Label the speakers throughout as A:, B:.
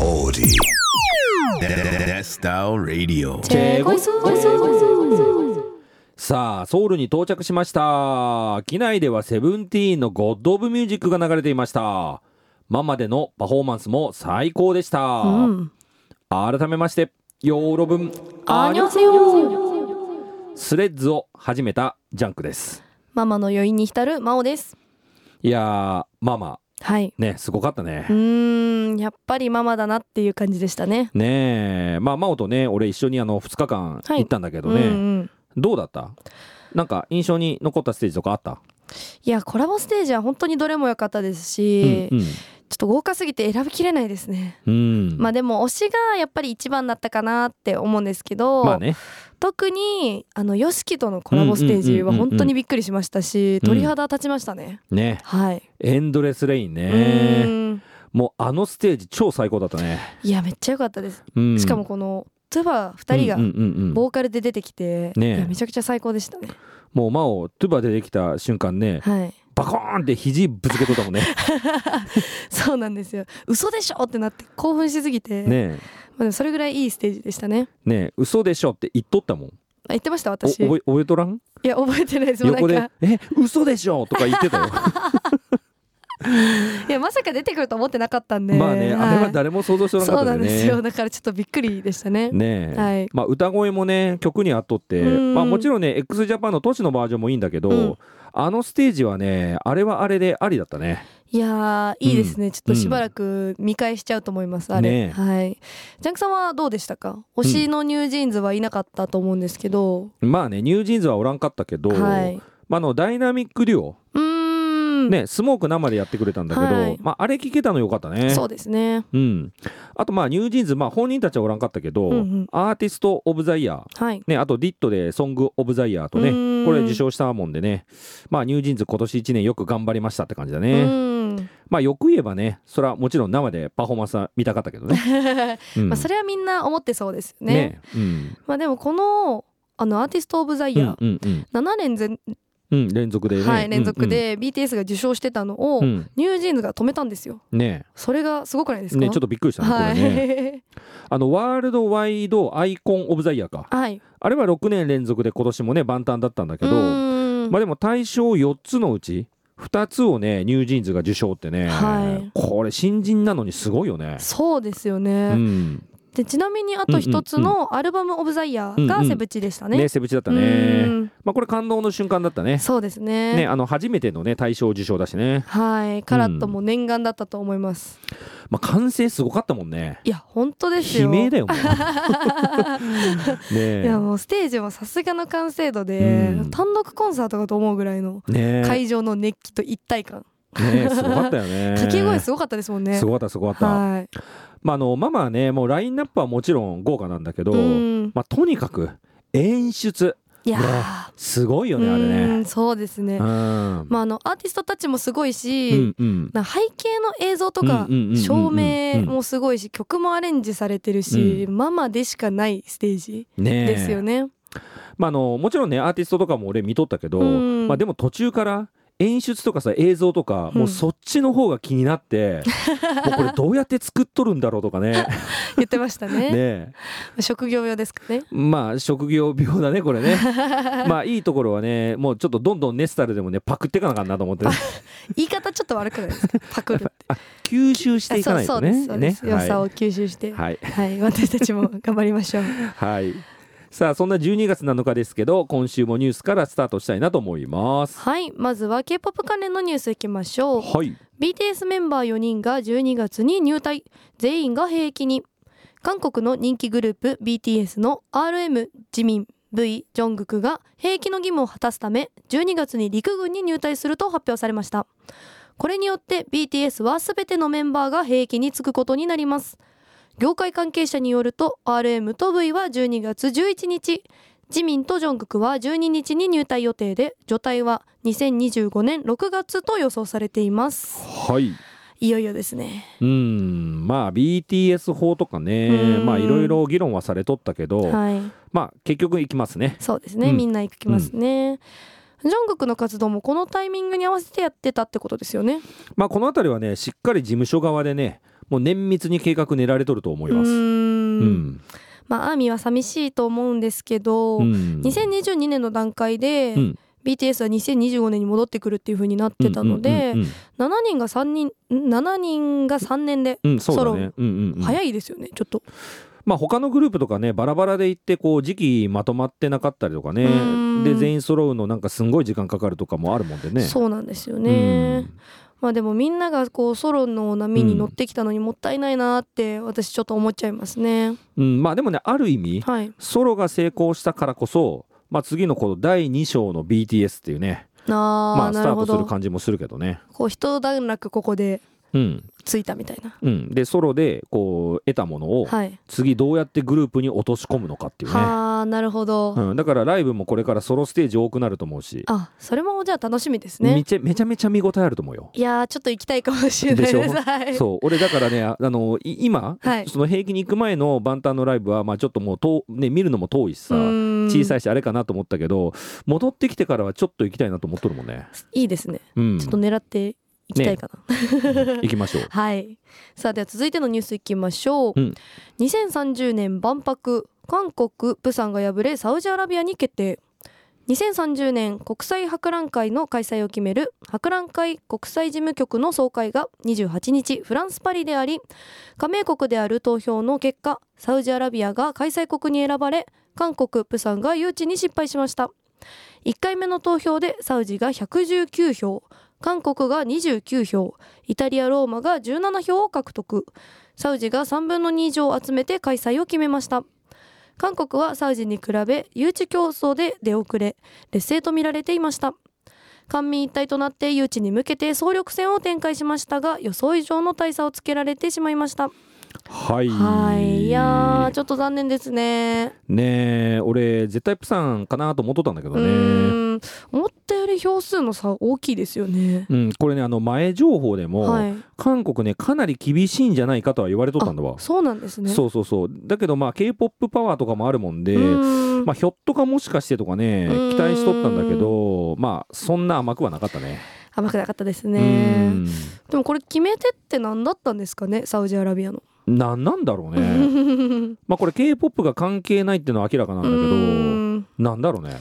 A: Audi. Style Radio.
B: チェゴイス
C: さあ、ソウルに到着しました。機内ではセブンティーンのゴッド・オブ・ミュージックが流れていました。ママでのパフォーマンスも最高でした。
B: うん。
C: 改めまして、ヨーロ分
B: アニョセヨ
C: スレッズを始めたジャンクです。
B: ママの余韻に浸るマオです。
C: いやー、ママ、
B: はい。
C: ね、すごかったね
B: う。ーん、やっぱりママだなっていう感じでしたね。
C: ねえ、まあ、真央とね、俺一緒にあの、2日間
B: はい
C: 行ったんだけど
B: うん
C: ね、
B: うん。
C: どうだったなんか印象に残ったステージとかあった、
B: いや、コラボステージは本当にどれも良かったですし、
C: うん
B: ちょっと豪華すぎて選びきれないですね。
C: うん。うん。
B: まあでも推しがやっぱり一番だったかなって思うんですけど、
C: まあね。
B: 特にあの YOSHIKI とのコラボステージは本当にびっくりしましたし、
C: うんうんうんうん
B: 鳥肌立ちましたね。
C: ね。
B: はい。
C: エンドレスレイン
B: う
C: ね。
B: ーん。
C: もうあのステージ超最高だったね。
B: いやめっちゃ良かったです。
C: うん
B: しかもこのトゥバ2人が
C: うんうんうんうん
B: ボーカルで出てきて、
C: ねえ
B: いやめちゃくちゃ最高でしたね。
C: もうマオトゥバ出てきた瞬間ね、
B: はい、
C: バコーンって肘ぶつけとったも んね。
B: そうなんですよ。嘘でしょってなって興奮しすぎて、
C: ね
B: まあ、でもそれぐらいいいステージでしたね。
C: え、ねえ、嘘でしょって言っとったもん。
B: あ言ってました
C: お
B: 私。
C: 覚え覚えとらん？
B: いや覚えてないです。もう
C: 横
B: な
C: で
B: んか
C: え嘘でしょとか言っ てたよ。
B: いやまさか出てくると思ってなかったんで。
C: まあね、
B: はい
C: あれは誰も想像してなか
B: そ
C: っ
B: う
C: た
B: な
C: よ
B: ん
C: ね。
B: ですよ。だからちょっとびっくりでしたね。
C: ねえ、
B: はい
C: まあ歌声もね曲にあっとって、
B: うん
C: まあ、もちろんね x ジャパンの都市のバージョンもいいんだけど、
B: うん
C: あのステージはねあれはあれでありだったね
B: いやーいいですね、ちょっとしばらく見返しちゃうと思います、あれ、
C: ねえ
B: はいジャンクさんはどうでしたか推しのニュージーンズはいなかったと思うんですけど、
C: まあねニュージーンズはおらんかったけど、
B: はい
C: まあ、あのダイナミックデュオ
B: うーん、
C: ね、スモーク生でやってくれたんだけど、
B: はい
C: まあ、あれ聞けたのよかったね。
B: そうですね
C: うん、あとまあニュージーンズ、まあ、本人たちはおらんかったけど、
B: うんうん
C: アーティスト・オブ・ザ・イヤー、
B: はい
C: ね、あとディットでソング・オブ・ザ・イヤーと
B: う
C: ね
B: ーん
C: これ受賞したもんでね、まあ、ニュージーンズ今年1年よく頑張りましたって感じだ
B: う
C: ね、
B: ーん
C: まあ、よく言えばねそれはもちろん生でパフォーマンスは見たかったけどね。 うん
B: まあそれはみんな思ってそうですよね
C: ねうん
B: まあでもこのあのアーティスト・オブ・ザ・イヤー、
C: うんうん
B: 7年ぜん、
C: うんうん連続でね、
B: はい、連続で BTS が受賞してたのを、
C: うん、うん
B: ニュージーンズが止めたんですよ
C: ね
B: それがすごくないですか
C: ねちょっとびっくりしたねこ
B: は
C: れ
B: い、
C: ね、あのワールドワイドアイコン・オブ・ザ・イヤーか
B: はい
C: あれは6年連続で今年もね万端だったんだけ
B: う
C: ど、
B: ーん
C: まあでも大賞4つのうち2つをねニュージーンズが受賞ってね、
B: はい
C: これ新人なのにすごいよね。
B: そうですよね、
C: うん、
B: でちなみにあと一つのアルバム・オブ・ザ・イヤーがセブチでしたね。
C: ねセブチだった
B: う
C: ね。
B: ん
C: まあこれ感動の瞬間だったね。
B: そうですね
C: ねあの初めてのね大賞受賞だしね。
B: はいカラットも念願だったと思います。
C: まあ完成すごかったもんね。
B: いや本当です
C: 悲
B: よ。
C: 鳴 だよもう。ね
B: いや
C: え。
B: もうステージもさすがの完成度で、
C: うん
B: 単独コンサートかと思うぐらいの
C: ねえ。
B: 会場の熱気と一体感、
C: ねえすごかったよね。
B: 掛け声すごかったですもんね。
C: すごかったすごかった。
B: はい。
C: まああのママはねもうラインナップはもちろん豪華なんだけど、
B: うん
C: まあとにかく演出
B: いやー、
C: すごいよねあれ
B: う
C: ね。
B: んそうですね。
C: うん。
B: まああのアーティストたちもすごいし、
C: うんうん。
B: な背景の映像とか
C: うんうんうんうんうん
B: 照明もすごいし曲もアレンジされてるし、
C: う
B: ママでしかないステージ
C: ねえ
B: ですよね。
C: まあ、あのもちろんねアーティストとかも俺見とったけど、
B: うん
C: まあ、でも途中から演出とかさ映像とか、
B: うん
C: もうそっちの方が気になって もうこれどうやって作っとるんだろうとかね
B: 言ってましたね
C: ね
B: 職業用ですかね。
C: まあ職業病だねこ れねまあいいところはねもうちょっとどんどんネスタルでもねパクっていかなあかんなと 思って、ね、
B: 言い方ちょっと悪くないですか。パクるって。
C: 吸収していかない
B: そ
C: と
B: うで
C: ね
B: すそうです。
C: ね
B: 良さ
C: は
B: を吸収して、
C: い、
B: はい、
C: はい
B: 私たちも頑張りましょう。
C: はい、さあそんな12月7日ですけど今週もニュースからスタートしたいなと思います
B: はい、まずは K-POP 関連のニュースいきましょう。
C: はい
B: BTS メンバー4人が12月に入隊全員が兵役に韓国の人気グループ BTS の RM ジミン V ジョングクが兵役の義務を果たすため12月に陸軍に入隊すると発表されましたこれによって BTS は全てのメンバーが兵役に就くことになります業界関係者によると RM と V は12月11日ジミンとジョングクは12日に入隊予定で除隊は2025年6月と予想されています
C: はい
B: いよいよですね。
C: うんまあ BTS 法とかね
B: うん
C: まあいろいろ議論はされとったけど、
B: はい。
C: まあ結局行きますね
B: そうですね。
C: うん
B: みんな行きますね。ジョングクの活動もこのタイミングに合わせてやってたってことですよね。
C: まあこの辺りはねしっかり事務所側でねもう綿密に計画練られとると思いうます。
B: ー
C: うんん。
B: まあアーミーは寂しいと思うんですけど、
C: うん
B: 2022年の段階で、
C: うん
B: BTS は2025年に戻ってくるっていう風になってたので、
C: うんうん
B: 7人が3人ん7人が3年で
C: うんうんそうだね。うんうんうん
B: 早いですよねちょっと、
C: まあ他のグループとかねバラバラで行ってこう時期まとまってなかったりとかね
B: うん
C: で全員揃うのなんかすんごい時間かかるとかもあるもんでね。
B: そうなんですよ
C: う
B: ね、
C: ん
B: まあでもみんながこうソロの波に乗ってきたのにもったいないなって私ちょっと思っちゃいますね。
C: うん、まあでもねある意味
B: はい。
C: ソロが成功したからこそ、まあ、次のこの第2章の BTS っていうね
B: あー、
C: まあス
B: なる
C: ター
B: ほ
C: トする
B: ど。
C: 感じもするけどね。
B: こう一段落ここで
C: うん
B: ついたみたいな。
C: うん、でソロでこう得たものを
B: はい。
C: 次どうやってグループに落とし込むのかっていうね、
B: はあなるほど。
C: うん、だからライブもこれからソロステージ多くなると思うし、
B: あそれもじゃあ楽しみです
C: め
B: ね。
C: ちゃめちゃめちゃ見応えあると思うよ。
B: いやーちょっと行きたいかもしれない
C: で
B: で
C: し
B: す。
C: ょ
B: はい。
C: そう俺だからねああのい今、
B: はい
C: その平気に行く前の万端のライブは、まあ、ちょっともう遠、ね、見るのも遠いしさ小さ
B: い。
C: いしあれかなと思ったけど戻ってきてからはちょっと行きたいなと思っとるもんね。
B: いいですね。
C: うん、
B: ちょっと狙っていきたいかな。
C: 行きましょう。
B: はい。さあでは続いてのニュースいきましょう。
C: うん
B: 2030年万博韓国プサンが敗れサウジアラビアに決定。2030年国際博覧会の開催を決める博覧会国際事務局の総会が28日フランス・パリであり加盟国である投票の結果サウジアラビアが開催国に選ばれ韓国プサンが誘致に失敗しました1回目の投票でサウジが119票韓国が29票イタリア・ローマが17票を獲得サウジが3分の2以上集めて開催を決めました韓国はサウジに比べ誘致競争で出遅れ劣勢と見られていました官民一体となって誘致に向けて総力戦を展開しましたが予想以上の大差をつけられてしまいました
C: はい。
B: はいいやーちょっと残念ですね
C: ねえ、俺絶対プサンかなと思っとったんだけど
B: う
C: ね。
B: ーん思ったより票数の差大きいですよね
C: うん、これねあの前情報でも、
B: はい
C: 韓国ねかなり厳しいんじゃないかとは言われとったんだわ。
B: そうなんですね
C: そうそうそう。だけどまあ K-POP パワーとかもあるもんで、
B: うーん
C: まあひょっとかもしかしてとかね
B: うん
C: 期待しとったんだけど、まあそんな甘くはなかったね。
B: 甘くなかったです
C: う
B: ね
C: ん。
B: でもこれ決め手って何だったんですかねサウジアラビアの。
C: なんなんだろ う
B: う
C: ね。
B: ん
C: まあこれ K-POP が関係ないっていうのは明らかなんだけど、なんだろうね。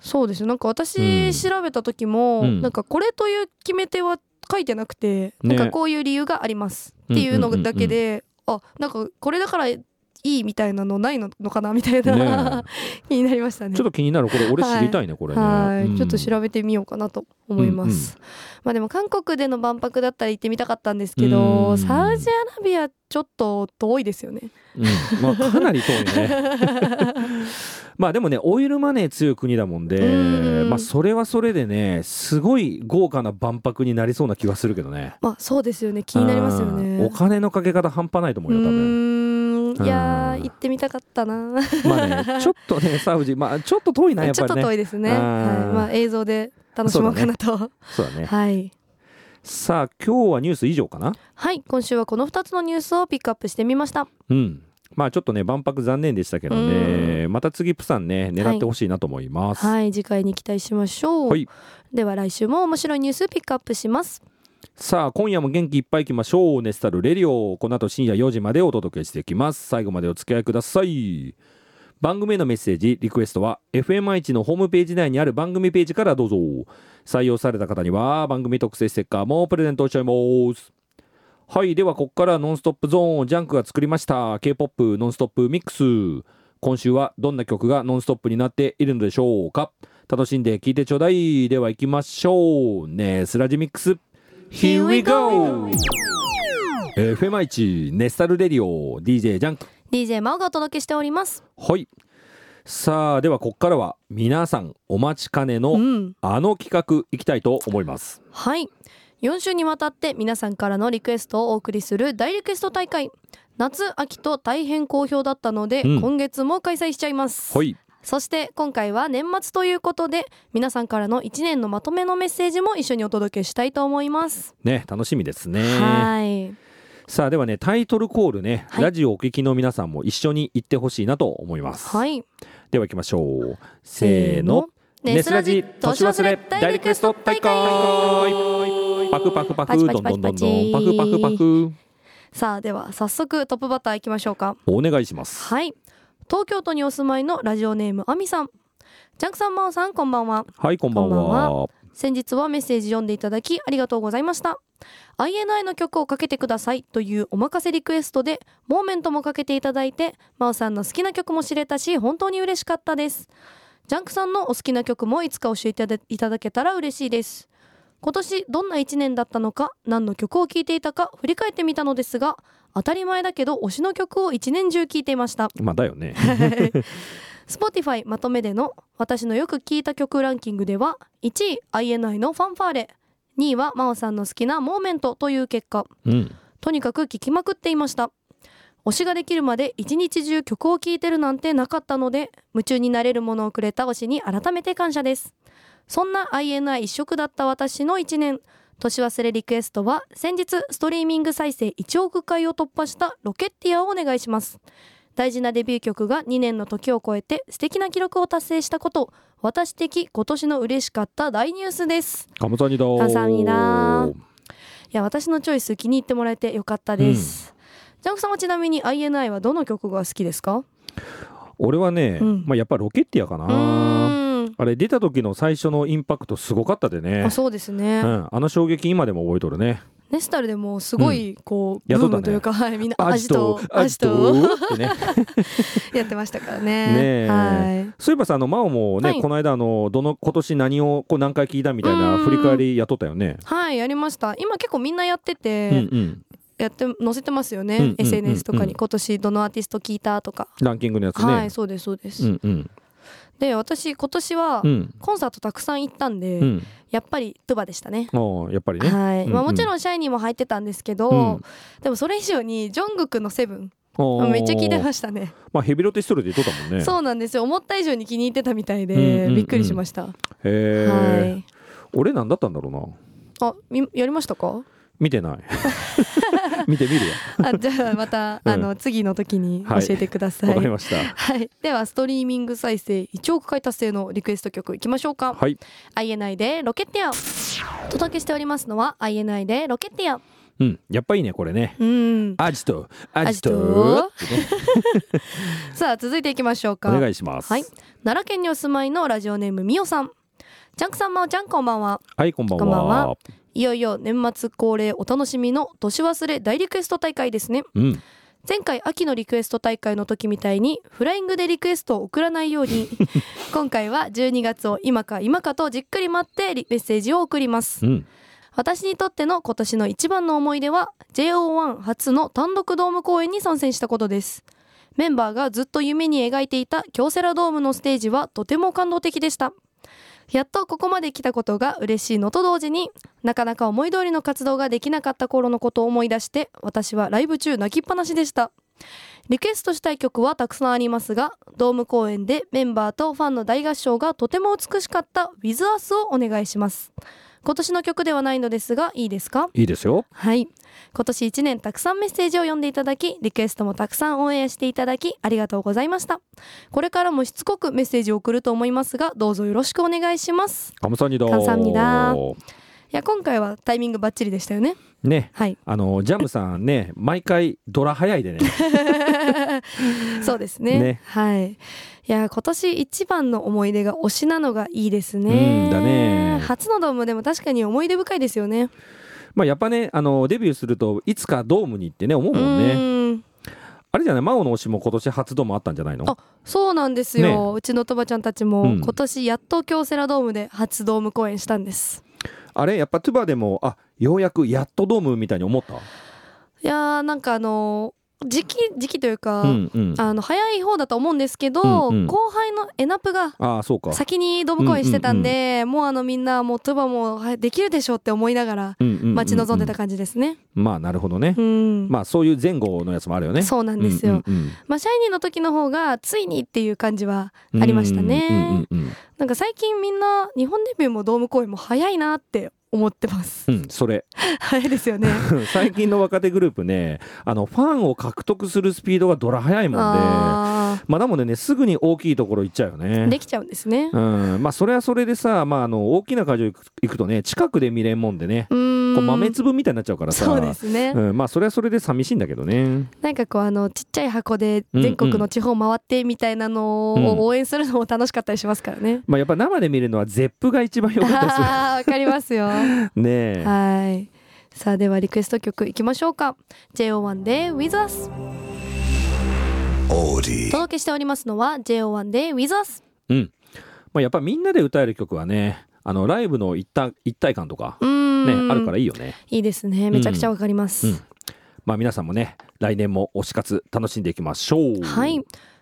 B: そうですよなんか
C: うん
B: 私調べた時も、
C: うん
B: なんかこれという決め手は書いてなくて、な
C: ね
B: んかこういう理由がありますっていうのだけで、あなんかこれだからいいみたいなのないのかなみたいな、
C: ね
B: 気になりましたね。
C: ちょっと気になるこれ俺知りたいね、これね。
B: はい、
C: うん
B: ちょっと調べてみようかなと思います、まあでも韓国での万博だったら行ってみたかったんですけど、
C: うん
B: サウジアラビアちょっと遠いですよね
C: うん、まあかなり遠いね まあでもねオイルマネー強い国だもんで
B: うん
C: まあそれはそれでねすごい豪華な万博になりそうな気はするけどね
B: まあそうですよね気になりますよ
C: うん
B: ね
C: お金のかけ方半端ないと思うよ多
B: う
C: 分
B: ーんいや
C: うん
B: ー行ってみたかった な
C: まあ ねちょっとねサウジまあちょっと遠いなやっ
B: ちょ
C: ぱ
B: っと
C: りね
B: 遠いですね、
C: う
B: はい
C: ん
B: まあ、映像で楽しもうかなと、
C: そうだ ね
B: はい
C: さあ今日はニュース以上かな
B: はい今週はこの2つのニュースをピックアップしてみました
C: うんまあちょっとね万博残念でしたけどねまた次プサンね狙ってほしいなと思います、
B: はい次回に期待しましょう、
C: はい
B: では来週も面白いニュースピックアップします
C: さあ今夜も元気いっぱいいきましょう「ネスタルレディオ」この後深夜4時までお届けしていきます最後までお付き合いください番組へのメッセージリクエストは FMI1 のホームページ内にある番組ページからどうぞ採用された方には番組特製ステッカーもプレゼントしちゃいますはいではここからノンストップゾーンジャンクが作りました K-POP ノンストップミックス今週はどんな曲がノンストップになっているのでしょうか楽しんで聴いてちょうだいでは行きましょうねスラジミックス Here we go! FMI1 ネスタルレディオ DJ ジャンク
B: DJ 真央がお届けしております
C: はいさあではここからは皆さんお待ちかね
B: う
C: の
B: ん
C: あの企画いきたいと思います
B: はい4週にわたって皆さんからのリクエストをお送りする大リクエスト大会夏秋と大変好評だったので、
C: うん
B: 今月も開催しちゃいます
C: はい
B: そして今回は年末ということで皆さんからの1年のまとめのメッセージも一緒にお届けしたいと思います。
C: ね楽しみですね
B: はい
C: さあではねタイトルコールね、
B: はい
C: ラジオお聞きの皆さんも一緒に行ってほしいなと思います、
B: はい
C: では行きましょうせーのネスラジ年忘れ大リクエスト大会パクパクパクどんどんどんどんパクパクパク
B: さあでは早速トップバッターいきましょうか
C: お願いします
B: はい東京都にお住まいのラジオネームあみさんジャンクさんまおさんこんばんは
C: はいこんばんは
B: こんばん先日はメッセージ読んでいただきありがとうございました INI の曲をかけてくださいというお任せリクエストでモーメントもかけていただいて真央さんの好きな曲も知れたし本当に嬉しかったですジャンクさんのお好きな曲もいつか教えていただいただけたら嬉しいです今年どんな1年だったのか何の曲を聴いていたか振り返ってみたのですが当たり前だけど推しの曲を1年中聴いていました
C: まあだよね
B: Spotify まとめでの私のよく聴いた曲ランキングでは1位 INI の「ファンファーレ」2位は真央さんの好きな「モーメント」という結果
C: うん
B: とにかく聴きまくっていました推しができるまで一日中曲を聴いてるなんてなかったので夢中になれるものをくれた推しに改めて感謝ですそんな INI 一色だった私の1年年忘れリクエストは先日ストリーミング再生1億回を突破した「ロケッティア」をお願いします大事なデビュー曲が2年の時を超えて素敵な記録を達成したこと私的今年の嬉しかった大ニュースです
C: カムサニダー
B: カムサハニダーいや私のチョイス気に入ってもらえてよかったです、ジャンクさんはちなみに INI はどの曲が好きですか
C: 俺はね、
B: うん
C: まあやっぱロケッティアか
B: う
C: な
B: ーん
C: あれ出た時の最初のインパクトすごかったでね
B: あそうですね、
C: うん、あの衝撃今でも覚えとるね
B: ネスタルでもすごいこう、
C: やっ
B: ブ
C: と
B: ー
C: ったね
B: ムというか、はいみんなアジトアジトを
C: アジト ってね
B: やってましたから
C: ね
B: ね
C: え
B: はい
C: そういえばさあの真央もね、
B: はい
C: この間あのどの今年何をこう何回聞いたみたいな
B: うん
C: 振り返りやっとったよね
B: はいやりました今結構みんなやってて、
C: うんうん
B: やって載せてますよね、
C: うんうんうん
B: SNS とか
C: うん
B: に今年どのアーティスト聞いたとか、
C: ランキングのやつね、
B: はいそうですそうです、
C: うんうん
B: で私今年は
C: うん
B: コンサートたくさん行ったんで、
C: うん
B: やっぱりドゥバでしたね
C: ああやっぱりね
B: はい、まあ、
C: うんうん
B: もちろん「シャイニーも入ってたんですけど、
C: うん
B: でもそれ以上にジョングクの「セブン
C: あー
B: めっちゃ聞いてましたね
C: まあヘビロテストレで言っとったもんね
B: そうなんですよ思った以上に気に入ってたみたいで、
C: うんうんうん
B: びっくりしました、
C: へえ、
B: はい
C: 俺何だったんだろうな
B: あみやりましたか
C: 見 てない見てみるよ
B: あじゃあまた、
C: うん
B: あの次の時に教えてください、
C: わかり
B: はい
C: ました
B: ではストリーミング再生1億回達成のリクエスト曲いきましょうか、
C: はい
B: INI でロケッティアお届けしておりますのは INI でロケッティア
C: うんやっぱいいねこれね
B: うん
C: アジトアジト
B: ア
C: ってね
B: さあ続いていきましょう
C: お
B: か
C: 願いします
B: はい、奈良県にお住まいのラジオネームみおさんジャンクさんまおちゃんこんばんは
C: はいこんばんは
B: こんばんはいよいよ年末恒例お楽しみの年忘れ大リクエスト大会ですね
C: うん
B: 前回秋のリクエスト大会の時みたいにフライングでリクエストを送らないように今回は12月を今か今かとじっくり待ってリメッセージを送ります
C: うん
B: 私にとっての今年の一番の思い出は JO1 初の単独ドーム公演に参戦したことですメンバーがずっと夢に描いていた京セラドームのステージはとても感動的でしたやっとここまで来たことが嬉しいのと同時になかなか思い通りの活動ができなかった頃のことを思い出して私はライブ中泣きっぱなしでしたリクエストしたい曲はたくさんありますがドーム公演でメンバーとファンの大合唱がとても美しかった「WithUs」をお願いします今年の曲ではないのですがいいですか
C: いいですよ
B: はい今年1年たくさんメッセージを読んでいただきリクエストもたくさんオンエアしていただきありがとうございましたこれからもしつこくメッセージを送ると思いますがどうぞよろしくお願いします
C: カムサニダー
B: カムサニダいや今回はタイミングバッチリでしたよね
C: ね
B: はい
C: あのジャムさんね毎回ドラ早 いでね
B: そうですね
C: ね
B: はいいや今年一番の思い出が推しなのがいいですね
C: うんだね
B: 初のドームでも確かに思い出深いですよね
C: まあやっぱねあのデビューするといつかドームに行ってね思うもんね
B: うん
C: あれじゃない真央の推しも今年初ドームあったんじゃないの
B: あそうなんですよ、うちのとばちゃんたちも、
C: うん
B: 今年やっと京セラドームで初ドーム公演したんです
C: あれやっぱトゥバでもあようやくやっとドームみたいに思った
B: いやーなんかあのー時期時期というか、
C: うんうん
B: あの早い方だと思うんですけど、
C: うんうん
B: 後輩のエナプが
C: ああそうか
B: 先にドーム公演してたんで、もうあのみんなもうトゥバもはいできるでしょうって思いながら待
C: 待
B: ち望んでた感じですね。
C: まあなるほどね
B: うん
C: まあそういう前後のやつもあるよね
B: そうなんですよ、
C: うんうん
B: まあ、シャイニーの時の方がついにっていう感じは
C: うん
B: ありましたね
C: うんうん
B: なんか最近みんな日本デビューもドーム公演も早いなって思ってます
C: うんうんそれ
B: 早いですよね
C: 最近の若手グループねあのファンを獲得するスピードがドラ早いもんで
B: あ
C: まあだもんねすぐに大きいところ行っちゃうよ
B: ーで
C: ね
B: きちゃうんですね
C: うんまあそれはそれでさまああの大きな会場行く行くとね近くで見れんもんでね
B: うーん
C: こう豆粒みたいになっちゃうからさ
B: そうですね、
C: うん、まあそれはそれで寂しいんだけどね
B: なんかこうあのちっちゃい箱で全国の地方回ってみたいなの
C: うん
B: を応援するのも楽しかったりしますからね。
C: まあやっぱ生で見るのはゼップが一番良かった です
B: ああわかりますよ。は
C: る ねえ
B: い。さあではリクエスト曲いきましょうか。JO1 で With Us。お届けしておりますのは JO1 で With Us。
C: まあ、やっぱみんなで歌える曲はねあのライブの一体一体感とか
B: うーん。
C: ねあるからいいよね
B: いいですね。めちゃくちゃわかります。
C: うんまあ皆さんもね来年も推し活楽しんでいきましょう
B: はい。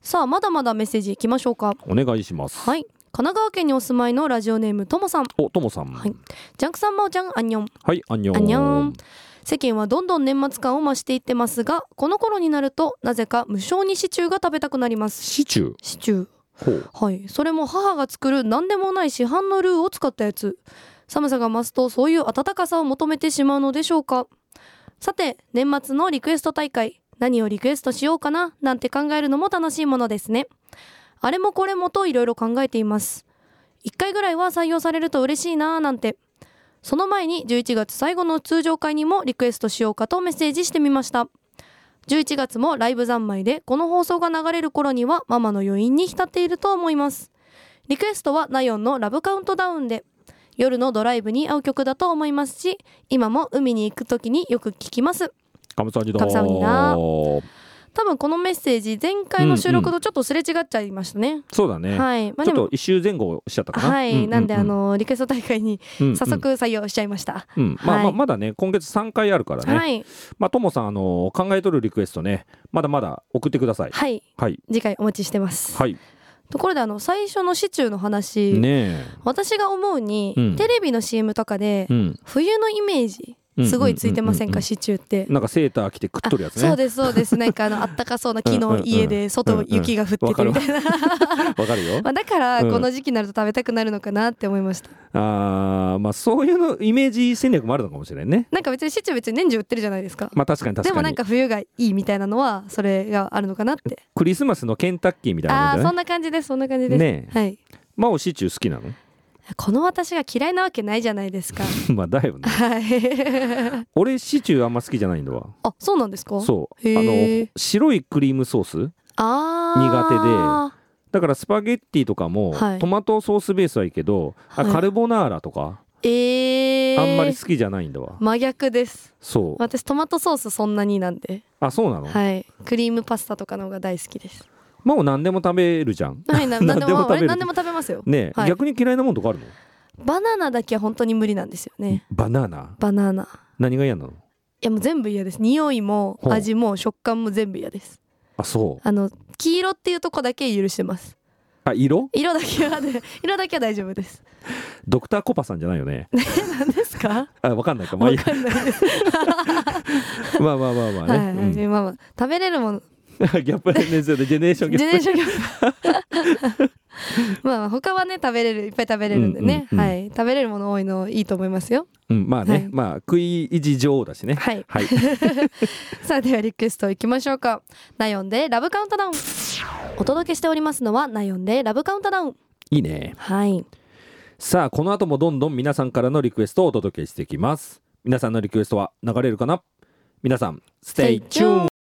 B: さあまだまだメッセージいきましょうか。
C: お願いします
B: はい。神奈川県にお住まいのラジオネームともさん。
C: おともさん
B: はいジャンクさんまおちゃんあんにょん。
C: はいあんにょ
B: あんにょ
C: ん
B: ん世間はどんどん年末感を増していってますがこの頃になるとなぜか無性にシチューが食べたくなります
C: シチュ
B: シチュー
C: ーほう
B: はいそれも母が作る何でもない市販のルーを使ったやつ寒さが増すとそういう温かさを求めてしまうのでしょうかさて年末のリクエスト大会何をリクエストしようかななんて考えるのも楽しいものですねあれもこれもといろいろ考えています1回ぐらいは採用されると嬉しいなぁなんてその前に11月最後の通常会にもリクエストしようかとメッセージしてみました11月もライブ三昧でこの放送が流れる頃にはママの余韻に浸っていると思いますリクエストはナヨンのラブカウントダウンで夜のドライブに合う曲だと思いますし今も海に行く時によく聞きます
C: カムサウニだ
B: カムサウニだ多分このメッセージ前回の収録とちょっとすれ違っちゃいましたね、
C: そうだね、
B: はいまあ
C: ち
B: で
C: ょっ
B: も
C: と一周前後しちゃったかな
B: はい、
C: ううう
B: なんであのリクエスト大会に
C: うんうん
B: 早速採用しちゃいました、
C: うんまあま
B: は
C: あ
B: い
C: まだね今月3回あるからね、
B: はい
C: まあともさんあの考えとるリクエストねまだまだ送ってください
B: はい
C: はい
B: 次回お待ちしてます、
C: はい
B: ところであの最初のシチューの話、
C: ね
B: 私が思うに、
C: うん
B: テレビの CM とかで、
C: えうん
B: 冬のイメージ
C: うん
B: すごいついてません
C: うんうんうんう
B: か、
C: ん
B: シチューって。
C: なんかセーター着て食っとるやつ
B: そう
C: ね
B: ですそう ですなんかあのあったかそうな木
C: うんう
B: の
C: んうん
B: 家で
C: うん
B: 外
C: うん
B: 雪が降っててみたいな
C: わかる よ
B: まあだから
C: うん
B: この時期になると食べたくなるのかなって思いました
C: あーまあそういうのイメージ戦略もあるのかもしれんね
B: なんか別にシチュー別に年中売ってるじゃないですか
C: まあ確かに確かに
B: でもなんか冬がいいみたいなのはそれがあるのかなって
C: クリスマスのケンタッキーみたいな
B: ああー
C: もんじ
B: そ
C: ゃ
B: ん
C: ない
B: な感じですそんな感じです
C: ね
B: はい
C: マオシチュー好きなの
B: この私が嫌いなわけないじゃないですか
C: まあだよね
B: はい
C: 俺シチューあんま好きじゃないのは
B: あそうなんですか
C: そうあ
B: へ
C: の
B: ー
C: 白いクリームソース
B: あ
C: だからスパゲッティとかも、
B: はい
C: トマトソースベースはいいけど、あ
B: はい
C: カルボナーラとか
B: 苦手でえー、
C: あんまり好きじゃないんだわ、
B: 真逆です
C: そう
B: 私トマトソースそんなになんで
C: あそうなの、
B: はいクリームパスタとかの方が大好き です
C: マオ何でも食べるじゃん
B: はいな
C: 何
B: 何
C: で
B: で
C: も
B: も
C: 食べる
B: あ何でも食べますよ
C: ねえ、
B: はい
C: 逆に嫌いなもんとかあるの
B: バナナだけは本当に無理なんですよね
C: バナナ
B: バナナ
C: 何が嫌なの
B: いやもう全部嫌です匂いも
C: ほう
B: 味も食感も全部嫌です
C: あそう
B: あの黄色っていうとこだけ許してます
C: あ色
B: 色だけはね 色だけは大丈夫です
C: ドクターコパさんじゃないよね
B: 何ですか
C: あわかんないかまあい
B: わ
C: いや
B: かんないです、
C: まあまあまあまあ
B: は
C: ね、
B: い、
C: うん
B: はいまあまあ食べれるもの
C: ギャップ年生でジェネレーションギ
B: ジ
C: ャ
B: ェ
C: ッ
B: ネレーショ
C: プ
B: ンギャップまあまあ他はね食べれるいっぱい食べれるんでね、
C: うんうんうん
B: はい食べれるもの多いのいいと思いますよ
C: うん、まあね、
B: はい
C: まあ食い意地女王だしね
B: はい
C: はい
B: さあではリクエストいきましょうかナヨンでラブカウントダウンお届けしておりますのはナヨンでラブカウントダウン
C: いいね
B: はい
C: さあこの後もどんどん皆さんからのリクエストをお届けしていきます皆さんのリクエストは流れるかな皆さん Stay tuned